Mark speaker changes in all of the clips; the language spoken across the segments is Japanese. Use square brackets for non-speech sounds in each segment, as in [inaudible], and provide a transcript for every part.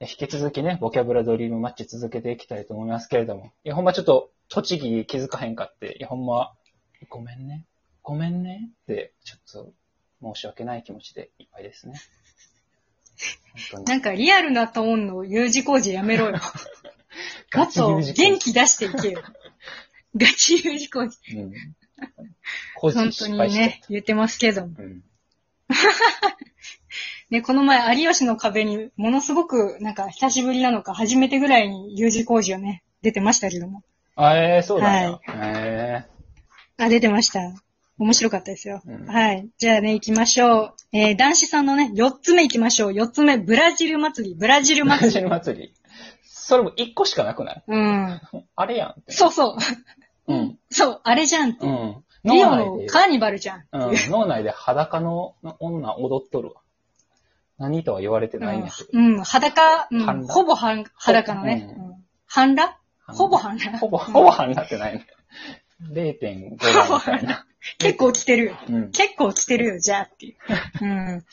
Speaker 1: 引き続きね、ボキャブラドリームマッチ続けていきたいと思いますけれども。いや、ほんまちょっと、栃木気づかへんかって、いや、ほんま、ごめんね。ごめんね。って、ちょっと、申し訳ない気持ちでいっぱいですね。本当
Speaker 2: [laughs] な
Speaker 1: に。
Speaker 2: んかリアルなトーンの U 字工事やめろよ。も
Speaker 1: [laughs] ガ
Speaker 2: っ
Speaker 1: チ
Speaker 2: と
Speaker 1: 友人
Speaker 2: 元気出していけよ。 [laughs] ガチ U 字工事。
Speaker 1: うん。個人
Speaker 2: 本当
Speaker 1: 失
Speaker 2: に
Speaker 1: 敗して
Speaker 2: ね、言ってますけども。
Speaker 1: た。うん。
Speaker 2: ね、この前、有吉の壁に、ものすごく、なんか、久しぶりなのか、初めてぐらいに U 字工事をね、出てましたけども。
Speaker 1: あ、えー、そうなんだ。
Speaker 2: は
Speaker 1: え
Speaker 2: あ、出てました。面白かったですよ。
Speaker 1: うん
Speaker 2: はい。じゃあね、行きましょう。えー、男子さんのね、4つ目行きましょう。4つ目、ブラジル祭り、ブラジル
Speaker 1: ー、マ
Speaker 2: 祭り。
Speaker 1: [laughs] ジル祭り。それも一個しかなくない
Speaker 2: うん。
Speaker 1: あれやんって。
Speaker 2: そうそう。
Speaker 1: うん。
Speaker 2: そう、あれじゃんって。
Speaker 1: うん。
Speaker 2: リオ
Speaker 1: 脳
Speaker 2: の
Speaker 1: 内で
Speaker 2: カーニバルじゃんって
Speaker 1: う
Speaker 2: い
Speaker 1: ん
Speaker 2: う。、 [laughs]
Speaker 1: 脳内で裸の女踊っとるわ。何とは言われてないんだけど。
Speaker 2: うん、裸、うん
Speaker 1: 半裸
Speaker 2: ほぼ半裸のね。
Speaker 1: う
Speaker 2: うん半裸ほぼ
Speaker 1: 半
Speaker 2: 半裸
Speaker 1: ほぼ、ほぼ半裸ってないね。0.5倍みたいな。
Speaker 2: 結構着てるよ。
Speaker 1: うん。
Speaker 2: 結構着てるよ、じゃあっていう。
Speaker 1: [laughs]
Speaker 2: うん。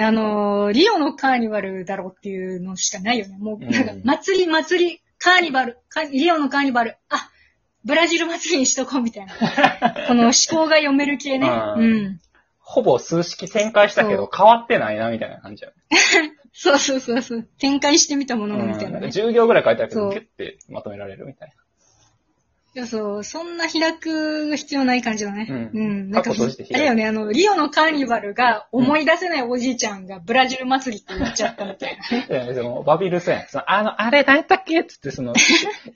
Speaker 2: あのーリオのカーニバルだろうっていうのしかないよね。もう、
Speaker 1: うん
Speaker 2: なんか、祭り、祭り、カーニバル、カーリオのカーニバル、あ、ブラジル祭りにしとこうみ
Speaker 1: [laughs]
Speaker 2: たいな。この思考が読める系ね。
Speaker 1: うん
Speaker 2: うん。
Speaker 1: ほぼ数式展開したけど変わってないなみたいな感じやね。
Speaker 2: そうそうそうそう。展開してみたものみたいな
Speaker 1: うん
Speaker 2: ね。
Speaker 1: 10行ぐらい書いてあるけど、
Speaker 2: そう
Speaker 1: ギュッてまとめられるみたい
Speaker 2: いやそう、そんな開く必要ない感じだね。
Speaker 1: うん
Speaker 2: なんか、
Speaker 1: 過去閉じて開く
Speaker 2: あれよね、あの、リオのカーニバルが思い出せないおじいちゃんがブラジル祭りって言っちゃったみたいな。
Speaker 1: な。ででもバビル戦。そのあの、あれ何やったっけっつって、その、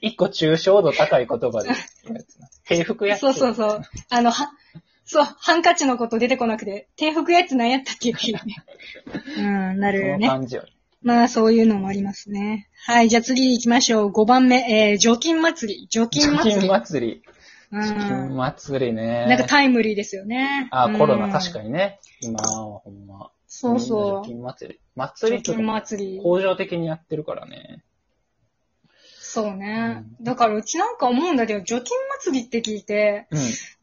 Speaker 1: 一個抽象度高い言葉で。平服やつ。
Speaker 2: そうそうそう。あの、は、そう、ハンカチのこと出てこなくて、定服やつなんやったっ
Speaker 1: [laughs]
Speaker 2: けっていうね。うん、
Speaker 1: そ
Speaker 2: なるよ
Speaker 1: の
Speaker 2: ね。
Speaker 1: 感じよね。
Speaker 2: まあ、そういうのもありますね。はい、じゃあ次行きましょう。5番目、えー、除菌祭り。除菌
Speaker 1: チ
Speaker 2: 祭
Speaker 1: キ
Speaker 2: り。
Speaker 1: ン祭り。
Speaker 2: う
Speaker 1: チキン
Speaker 2: ん。
Speaker 1: 祭りね。
Speaker 2: なんかタイムリーですよね。
Speaker 1: あ、コロナ確
Speaker 2: に。
Speaker 1: かにね。今はほんま。
Speaker 2: そう
Speaker 1: 除
Speaker 2: そう。
Speaker 1: 菌祭り。祭
Speaker 2: 除
Speaker 1: りと
Speaker 2: 菌
Speaker 1: か
Speaker 2: 祭り。
Speaker 1: 工場的にやってるからね。
Speaker 2: そうね。
Speaker 1: う
Speaker 2: だからうちなんか思うんだけど、除菌祭りって聞いて、
Speaker 1: うん。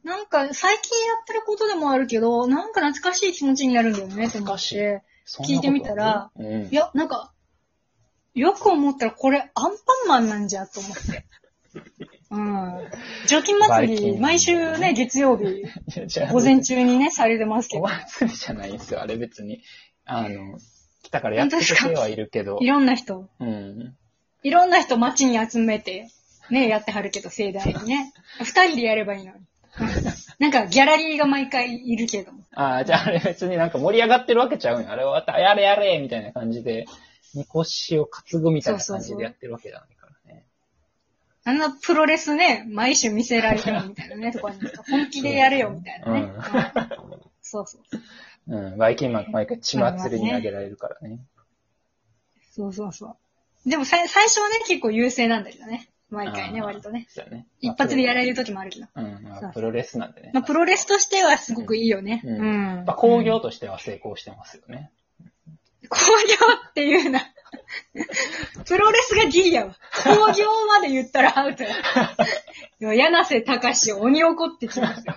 Speaker 2: なんか最近やってることでもあるけど、なんか懐かしい気持ちになるんだよね、と思
Speaker 1: 懐
Speaker 2: っ
Speaker 1: かしい
Speaker 2: て。
Speaker 1: そんなことある
Speaker 2: 聞いてみたら、
Speaker 1: うん
Speaker 2: い。や、なんか、よく思ったらこれアンパンマンなんじゃと思って。うん。除菌祭
Speaker 1: バイキン
Speaker 2: り、
Speaker 1: グ
Speaker 2: 毎週ね、月曜日、
Speaker 1: じゃあ
Speaker 2: 午前中に
Speaker 1: [laughs]
Speaker 2: ね、されてますけ
Speaker 1: お
Speaker 2: ど、
Speaker 1: 祭りじゃないんですよ。あれ別に。あの、来たからやってくれてはいるけど
Speaker 2: い。ろんな人、
Speaker 1: うん。
Speaker 2: いろんな人街に集めて、ね、やってはるけど、盛大にね。二人でやればい
Speaker 1: [laughs]
Speaker 2: いのに。うんなんか、ギャラリーが毎回いるけども。
Speaker 1: ああ、じゃああれ別になんか盛り上がってるわけちゃうんやあれは、やれやれみたいな感じで、みこしを担ぐみたいな感じでやってるわけじゃないからね。
Speaker 2: あんなプロレスね、毎週見せられてるみたいな [laughs] ね、とこに、本気でやれよみたいなね。
Speaker 1: うん
Speaker 2: うんそうそう。
Speaker 1: うん。バイキンマンが毎回血祭りに投げられるからね。
Speaker 2: そうそうそう。でもさい最初はね、結構優勢なんだけどね。毎回ね、
Speaker 1: あー
Speaker 2: 割とね。
Speaker 1: そうだね。
Speaker 2: 一発でやられる時もあるけど。
Speaker 1: うん、まあ
Speaker 2: そう
Speaker 1: プロレスなんでね。
Speaker 2: まあ、プロレスとしてはすごくいいよね。
Speaker 1: う
Speaker 2: うんん。
Speaker 1: やっぱ工業としては成功してますよね。
Speaker 2: 工業っていう [laughs] な。プロレスが D やわ。工業まで言ったらアウト [laughs] や。いや柳瀬隆鬼怒ってき [laughs] ますよ。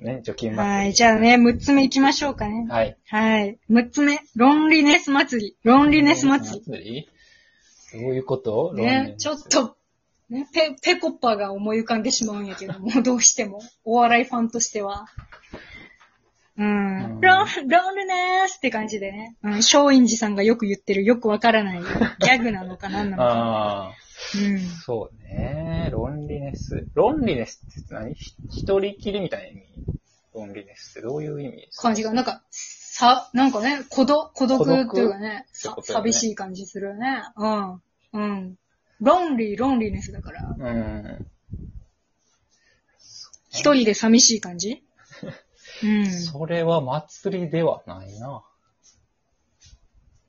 Speaker 1: ね、除菌祭り。
Speaker 2: はい、じゃあね、6つ目行きましょうかね。
Speaker 1: はい。
Speaker 2: はい。6つ目、ロンリネス祭り。ロンリネス祭り。
Speaker 1: りどういうこと
Speaker 2: ね、ちょっ。と、ね、ペ、ペコッパが思い浮かんでしまうんやけど [laughs] も、どうしても、お笑いファンとしては。う。
Speaker 1: うんん
Speaker 2: ロン、ロンルネースって感じでね。うん。松陰寺さんがよく言ってる、よくわからないギャグなのか何なのか。
Speaker 1: ああ、
Speaker 2: うん。
Speaker 1: そうね。ロンリネス。ロンリネスって何ひ一人きりみたいな意味ロンリネスってどういう意味ですか
Speaker 2: 感じが、なんか、さ、なんかね、孤独、孤独
Speaker 1: 孤独
Speaker 2: っていうかね、
Speaker 1: っ
Speaker 2: さ
Speaker 1: てことだよね
Speaker 2: 寂しい感じするよね。うん。うん。ロンリー、ロンリネスだから、
Speaker 1: うん。
Speaker 2: 一人で寂しい
Speaker 1: [laughs]
Speaker 2: 感じうん。
Speaker 1: それは祭りではないな。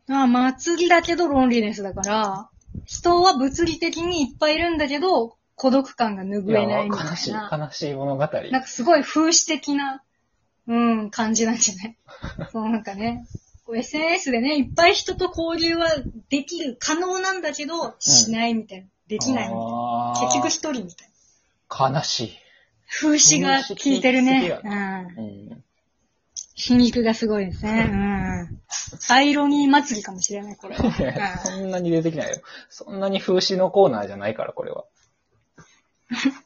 Speaker 2: まあ、祭りだけどロンリネスだから、人は物理的にいっぱいいるんだけど、孤独感が拭えないみた
Speaker 1: 悲し
Speaker 2: い
Speaker 1: い、
Speaker 2: な。
Speaker 1: 悲しい物語。
Speaker 2: なんかすごい風刺的な、うん、感じなんじゃ
Speaker 1: [laughs]
Speaker 2: ないそうなんかね、こう SNS でね、いっぱい人と交流はできる、可能なんだけど、しないみたいな。できないみたい
Speaker 1: あ
Speaker 2: な。
Speaker 1: ー
Speaker 2: 結局一人みたいな。
Speaker 1: 悲しい。
Speaker 2: 風刺が効いてる
Speaker 1: 風刺
Speaker 2: ね
Speaker 1: 効。いて
Speaker 2: うん。
Speaker 1: うん。
Speaker 2: 皮肉がすごいです
Speaker 1: [laughs]
Speaker 2: ね。うん。アイロニー祭りかもしれない、これは。
Speaker 1: いやそんなに出てきないよ。そんなに風刺のコーナーじゃないから、これは。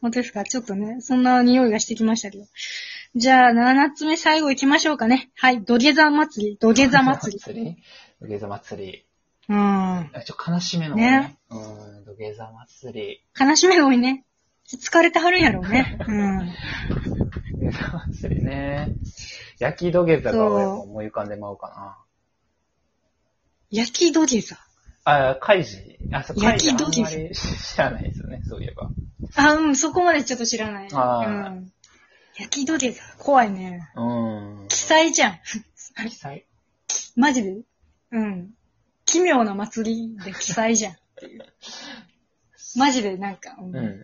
Speaker 2: 本当ですかちょっとね、そんな匂いがしてきましたけど。じゃあ、7つ目最後行きましょうかね。はい、土下座祭り、土下座祭り。
Speaker 1: [laughs] 土下座祭り土下座祭り。
Speaker 2: うん。
Speaker 1: あちょ、悲しめのね。
Speaker 2: ね
Speaker 1: うん、土下座祭り。
Speaker 2: 悲しみが多いね。疲れてはるんやろうね。うん。
Speaker 1: 土下座祭りね。焼き土下座が俺も思い浮かんでまうか
Speaker 2: 焼き土下座。
Speaker 1: な。あ、カイジ。あ、そう、カイジあん
Speaker 2: 焼き土
Speaker 1: ま
Speaker 2: 下座
Speaker 1: り知らないですよね、そういえば。
Speaker 2: あ、うん、そこまでちょっと知らない。
Speaker 1: あー
Speaker 2: うん。焼き土下座。怖いね。
Speaker 1: うん。
Speaker 2: 記載じゃん。
Speaker 1: 記載
Speaker 2: マジでうん。奇妙な祭りで記載 [laughs] じゃんっていう。マジでなんか、うん
Speaker 1: うん。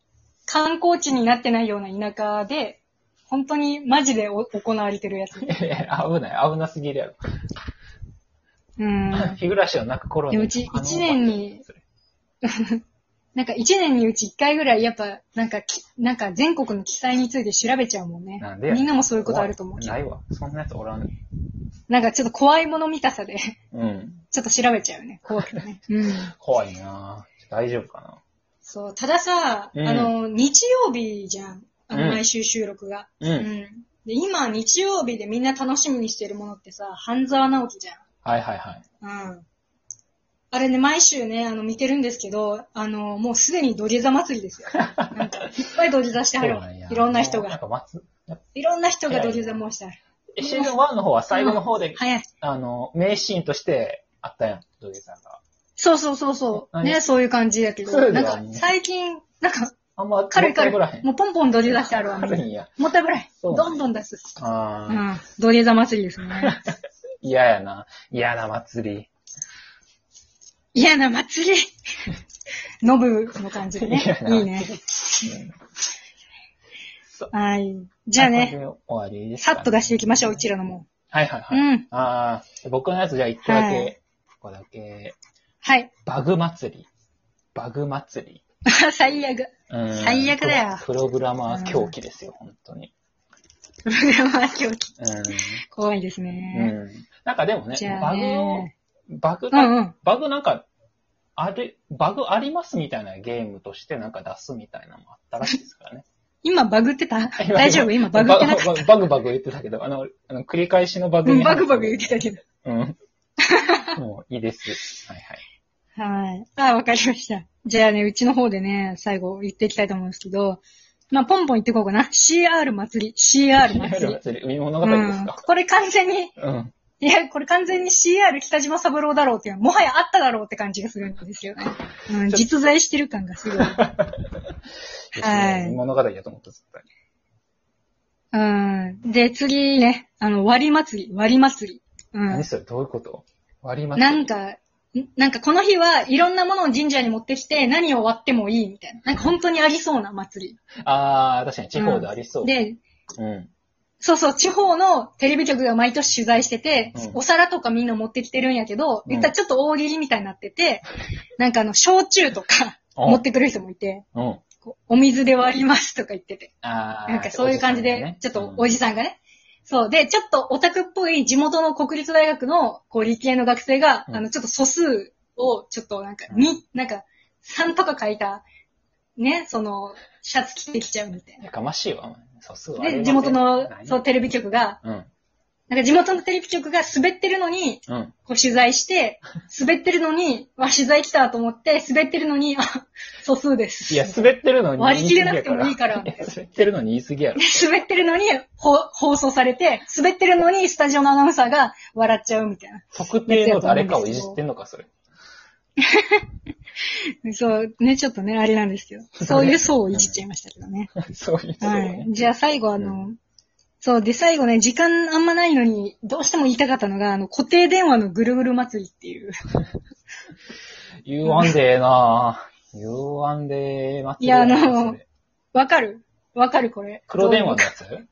Speaker 1: [laughs]
Speaker 2: 観光地になってないような田舎で、本当にマジでお行われてるやつ。
Speaker 1: いや危ない、危なすぎるやろ。
Speaker 2: うん。
Speaker 1: 日暮らしは泣く頃に。
Speaker 2: でうち
Speaker 1: あの
Speaker 2: 一年に。なんか一年にうち一回ぐらいやっぱ、なんかき、なんか全国の記載について調べちゃうもんね。
Speaker 1: なんでやね
Speaker 2: みんなもそういうことあると思うけど
Speaker 1: ないわ。そんなやつおらん。
Speaker 2: なんかちょっと怖いもの見たさで、
Speaker 1: うん。
Speaker 2: ちょっと調べちゃうね。怖くてね。うん。
Speaker 1: 怖いなぁ。大丈夫かな。
Speaker 2: そう、たださ、
Speaker 1: うん
Speaker 2: あの、日曜日じゃん。あ
Speaker 1: う
Speaker 2: の、
Speaker 1: ん
Speaker 2: 毎週収録が。
Speaker 1: う。
Speaker 2: うんん。で、今、日曜日でみんな楽しみにしてるものってさ、半沢直樹じゃん。
Speaker 1: はいはいはい。
Speaker 2: うんあれね、毎週ね、あの、見てるんですけど、あの、もうすでに土下座祭りです [laughs] よ。なんか、いっぱい土下座してはる
Speaker 1: そう
Speaker 2: わ。
Speaker 1: んや
Speaker 2: いろんな人
Speaker 1: なん
Speaker 2: が。
Speaker 1: か待つ。
Speaker 2: いろんな人が土下座もしてはる。
Speaker 1: えシーズン1の方は最後の方で、
Speaker 2: 早い。
Speaker 1: あの、名シーンとしてあったやん、土下座が。
Speaker 2: そうそうそうそう。
Speaker 1: 何
Speaker 2: ね、そういう感じだけど
Speaker 1: そ。うだ
Speaker 2: なん
Speaker 1: よね
Speaker 2: か、最近、なんか、
Speaker 1: あんま、
Speaker 2: 軽い軽い。
Speaker 1: ぐらへん。
Speaker 2: もうポンポン土下座してあるわ。
Speaker 1: あ
Speaker 2: みん
Speaker 1: る
Speaker 2: なん
Speaker 1: や。
Speaker 2: もったいぶらい。
Speaker 1: そう
Speaker 2: どんどん出す。
Speaker 1: あ
Speaker 2: う
Speaker 1: ー、
Speaker 2: ん。土下座祭りで
Speaker 1: [laughs]
Speaker 2: すね。
Speaker 1: 嫌やな。嫌な祭り。
Speaker 2: 嫌
Speaker 1: [laughs]
Speaker 2: な祭り。ノブの感じで
Speaker 1: 嫌
Speaker 2: ね。
Speaker 1: ない
Speaker 2: いね。はい。じゃあ
Speaker 1: こ
Speaker 2: ね、
Speaker 1: れで終わりです
Speaker 2: さ
Speaker 1: かね
Speaker 2: っと出していきましょう、うちらのも
Speaker 1: はいはいはい。
Speaker 2: うん
Speaker 1: ああ、僕のやつじゃあ一個だけ、
Speaker 2: はい
Speaker 1: 一個だけ、
Speaker 2: はい。 [laughs]
Speaker 1: バグ祭り。バグ祭り。
Speaker 2: 最悪。
Speaker 1: うん
Speaker 2: 最悪だよ
Speaker 1: プロプログラマー狂気ですよ、本当に。
Speaker 2: プログラマー狂気。
Speaker 1: う
Speaker 2: 怖いです
Speaker 1: ん。
Speaker 2: ね。
Speaker 1: うん。なんかでもね、
Speaker 2: じゃあ
Speaker 1: バグを
Speaker 2: ね、
Speaker 1: バグ
Speaker 2: うん
Speaker 1: が、
Speaker 2: うん。
Speaker 1: バグなんか、ある、バグありますみたいなゲームとしてなんか出すみたいなのもあったらしいですからね。
Speaker 2: 今バグってた大丈夫今バグってなか
Speaker 1: バ
Speaker 2: っ
Speaker 1: グバグバグ言ってたけど、あの、あの繰り返しのバ
Speaker 2: た。う
Speaker 1: グ
Speaker 2: ん
Speaker 1: に。
Speaker 2: バグバグ言ってたけど。
Speaker 1: うん。もういいです。はいはい。
Speaker 2: はい。あ、わかりました。じゃあね、うちの方でね、最後言っていきたいと思うんですけど、まあ、ポンポン言ってこうかな。CR 祭り。CR 祭り。
Speaker 1: 祭り。海物語
Speaker 2: う
Speaker 1: です
Speaker 2: ん。
Speaker 1: か。
Speaker 2: これ完全に、
Speaker 1: うん。
Speaker 2: いや、これ完全に CR 北島三郎だろうっていう、もはやあっただろうって感じがするんです
Speaker 1: [laughs]
Speaker 2: よね。うん、実在してる感がすごい。はい
Speaker 1: 海物語だと思った、絶対。
Speaker 2: うん。で、次ね、あの、割り祭り、割り祭り。うん
Speaker 1: 何。それどういうこと割り祭り
Speaker 2: なんか、んなんかこの日はいろんなものを神社に持ってきて何を割ってもいいみたいな。なんか本当にありそうな祭
Speaker 1: ああ、確かに地方でありそう。
Speaker 2: り。で、
Speaker 1: うん。
Speaker 2: そうそう、地方のテレビ局が毎年取材してて、
Speaker 1: うん
Speaker 2: お皿とかみんな持ってきてるんやけど、
Speaker 1: うん
Speaker 2: 言ったらちょっと大喜利みたいになってて、 [laughs] なんかあの、焼酎
Speaker 1: [laughs]
Speaker 2: とか
Speaker 1: うん
Speaker 2: 持ってくる人もいて、
Speaker 1: うん。
Speaker 2: こうお水で割りますとか言ってて。
Speaker 1: ああ。
Speaker 2: なんかそういう感
Speaker 1: お
Speaker 2: じ
Speaker 1: じさんがね
Speaker 2: で、ちょっとおじさんがね。そう。で、ちょっとオタクっぽい地元の国立大学の、こう、理系の学生が、
Speaker 1: うん
Speaker 2: あの、ちょっと素数を、ちょっとなんか、
Speaker 1: うん
Speaker 2: に、なんか、3とか書いた、ね、その、シャツ着てきちゃうみたい
Speaker 1: うんやかましいわ、お前そうすぐ
Speaker 2: な。で、地元の、そう、
Speaker 1: て
Speaker 2: テレビ局が、
Speaker 1: うん。
Speaker 2: なんか地元のテレビ局が滑ってるのに、
Speaker 1: うん。
Speaker 2: こう取材して、滑ってるのに、わ、取材来たと思って、滑ってるのに、あ、素数です。
Speaker 1: いや、滑ってるのに
Speaker 2: 割り切れなくても
Speaker 1: 言
Speaker 2: いいから
Speaker 1: や滑ってるのに言い過ぎやろ
Speaker 2: で。滑ってるのにほ放送されて、滑ってるのにスタジオのアナウンサーが笑っちゃうみたいな。
Speaker 1: 特定の誰かをいじってんのか、それ。 [laughs]
Speaker 2: そう、ね、ちょっとね、あれなんですけど。そう
Speaker 1: [laughs]
Speaker 2: いう層をいじっちゃいましたけどね。
Speaker 1: そういうところ
Speaker 2: はい
Speaker 1: ね。。
Speaker 2: じゃあ最後あの、そう、で最後ね、時間あんまないのに、どうしても言いたかったのが、あの、固定電話のぐるぐる祭りっていう。
Speaker 1: 言わんでええなぁ。言わんでええ祭り
Speaker 2: いやあの
Speaker 1: だなそれ
Speaker 2: わかるわかるこれ。
Speaker 1: 黒電話の
Speaker 2: どう
Speaker 1: や
Speaker 2: いう
Speaker 1: つ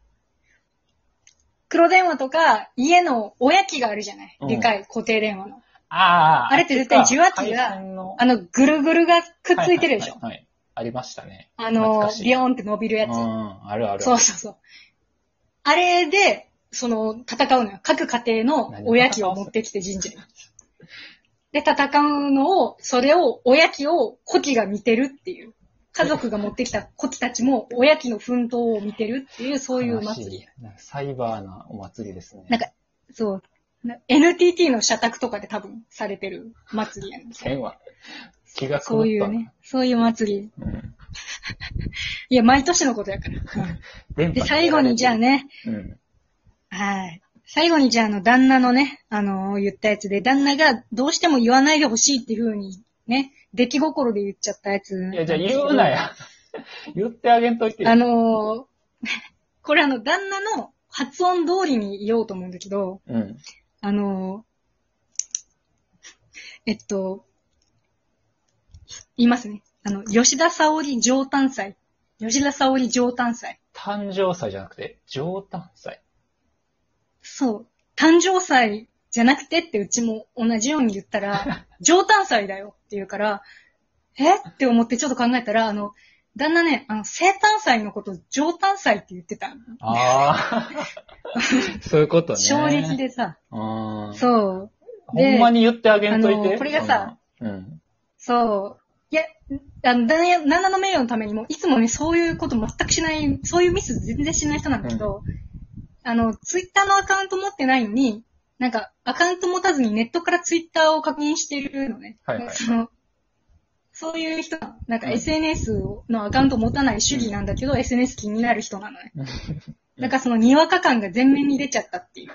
Speaker 2: 黒電話とか、家の親機があるじゃない、
Speaker 1: うん
Speaker 2: でかい固定電話の。
Speaker 1: ああ。
Speaker 2: あれって絶対受話器が
Speaker 1: 回線の
Speaker 2: あの、ぐるぐるがくっついてるでしょ、
Speaker 1: はいはいはいはい。ありましたね。
Speaker 2: あ
Speaker 1: 懐
Speaker 2: の
Speaker 1: かし、い
Speaker 2: ビヨーンって伸びるやつ。
Speaker 1: うん、あるある。
Speaker 2: そうそうそう。あれで、その、戦うのよ。各家庭のおやきを持ってきて神社に。で、戦うのを、それを、おやきを、古希が見てるっていう。家族が持ってきた古希たちも、おやきの奮闘を見てるっていう、そういうお祭り。
Speaker 1: なんかサイバーなお祭りですね。
Speaker 2: なんか、そう。な NTT の社宅とかで多分されてる祭りやねん。
Speaker 1: 変は。気がこ
Speaker 2: そ
Speaker 1: も
Speaker 2: う
Speaker 1: っ
Speaker 2: い
Speaker 1: た
Speaker 2: う
Speaker 1: な
Speaker 2: ね、そういう祭り。
Speaker 1: うん
Speaker 2: いや、毎年のことやから。
Speaker 1: 連覇
Speaker 2: で、最後にじゃあ。ね、
Speaker 1: うん。
Speaker 2: はい。最後にじゃあ、あの、旦那のね、あのー言ったやつで、旦那がどうしても言わないでほしいっていう風に、ね、出来心で言っちゃったやつ。
Speaker 1: いや、じゃあ言うなや。言ってあげんといてよ。
Speaker 2: あの [laughs] ーこれあの、旦那の発音通りに言おうと思うんだけど、
Speaker 1: うん。
Speaker 2: あのーえっと、言いますね。あの、吉田沙織上誕祭。吉田沙織上誕祭。
Speaker 1: 誕生祭じゃなくて、上誕祭。
Speaker 2: そう。誕生祭じゃなくてってうちも同じように言っ
Speaker 1: [laughs]
Speaker 2: たら、上誕祭だよって言うから、えって思ってちょっと考えたら、あの、旦那ね、あの、生誕祭のこと上誕祭って言ってた。
Speaker 1: ああ。そういうことね。
Speaker 2: 衝撃。でさ、
Speaker 1: うん。
Speaker 2: そう、
Speaker 1: ほんまに言ってあげんとい
Speaker 2: であ
Speaker 1: て。
Speaker 2: のこれがさ
Speaker 1: そんな、うん。
Speaker 2: そう。いや、あの、旦那旦那の名誉のためにも、いつもね、そういうこと全くしない、そういうミス全然しない人なんだけど、あの、ツイッターのアカウント持ってないのに、なんか、アカウント持たずにネットからツイッターを確認してるのね。
Speaker 1: はいはい。
Speaker 2: その、そういう人が、なんか
Speaker 1: うん
Speaker 2: SNS のアカウント持たない主義なんだけど、SNS 気になる人なの
Speaker 1: [laughs]
Speaker 2: ね。だからそのにわか感が全面に出ちゃっ
Speaker 1: [laughs]
Speaker 2: たっていう。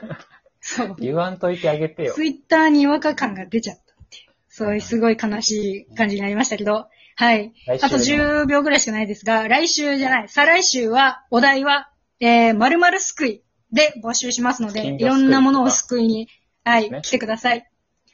Speaker 2: そう。
Speaker 1: 言わんといてあげてよ。
Speaker 2: ツイッターに違和感が出ちゃったっていう。そういうすごい悲しい感じになりましたけど。はい。
Speaker 1: 来週
Speaker 2: あと10秒ぐらいしかないですが、来週じゃない、再来週は、お題は、えー、〇〇救いで募集しますので、
Speaker 1: 金魚
Speaker 2: いろんなものを救いに、はい、
Speaker 1: ね
Speaker 2: 来てください。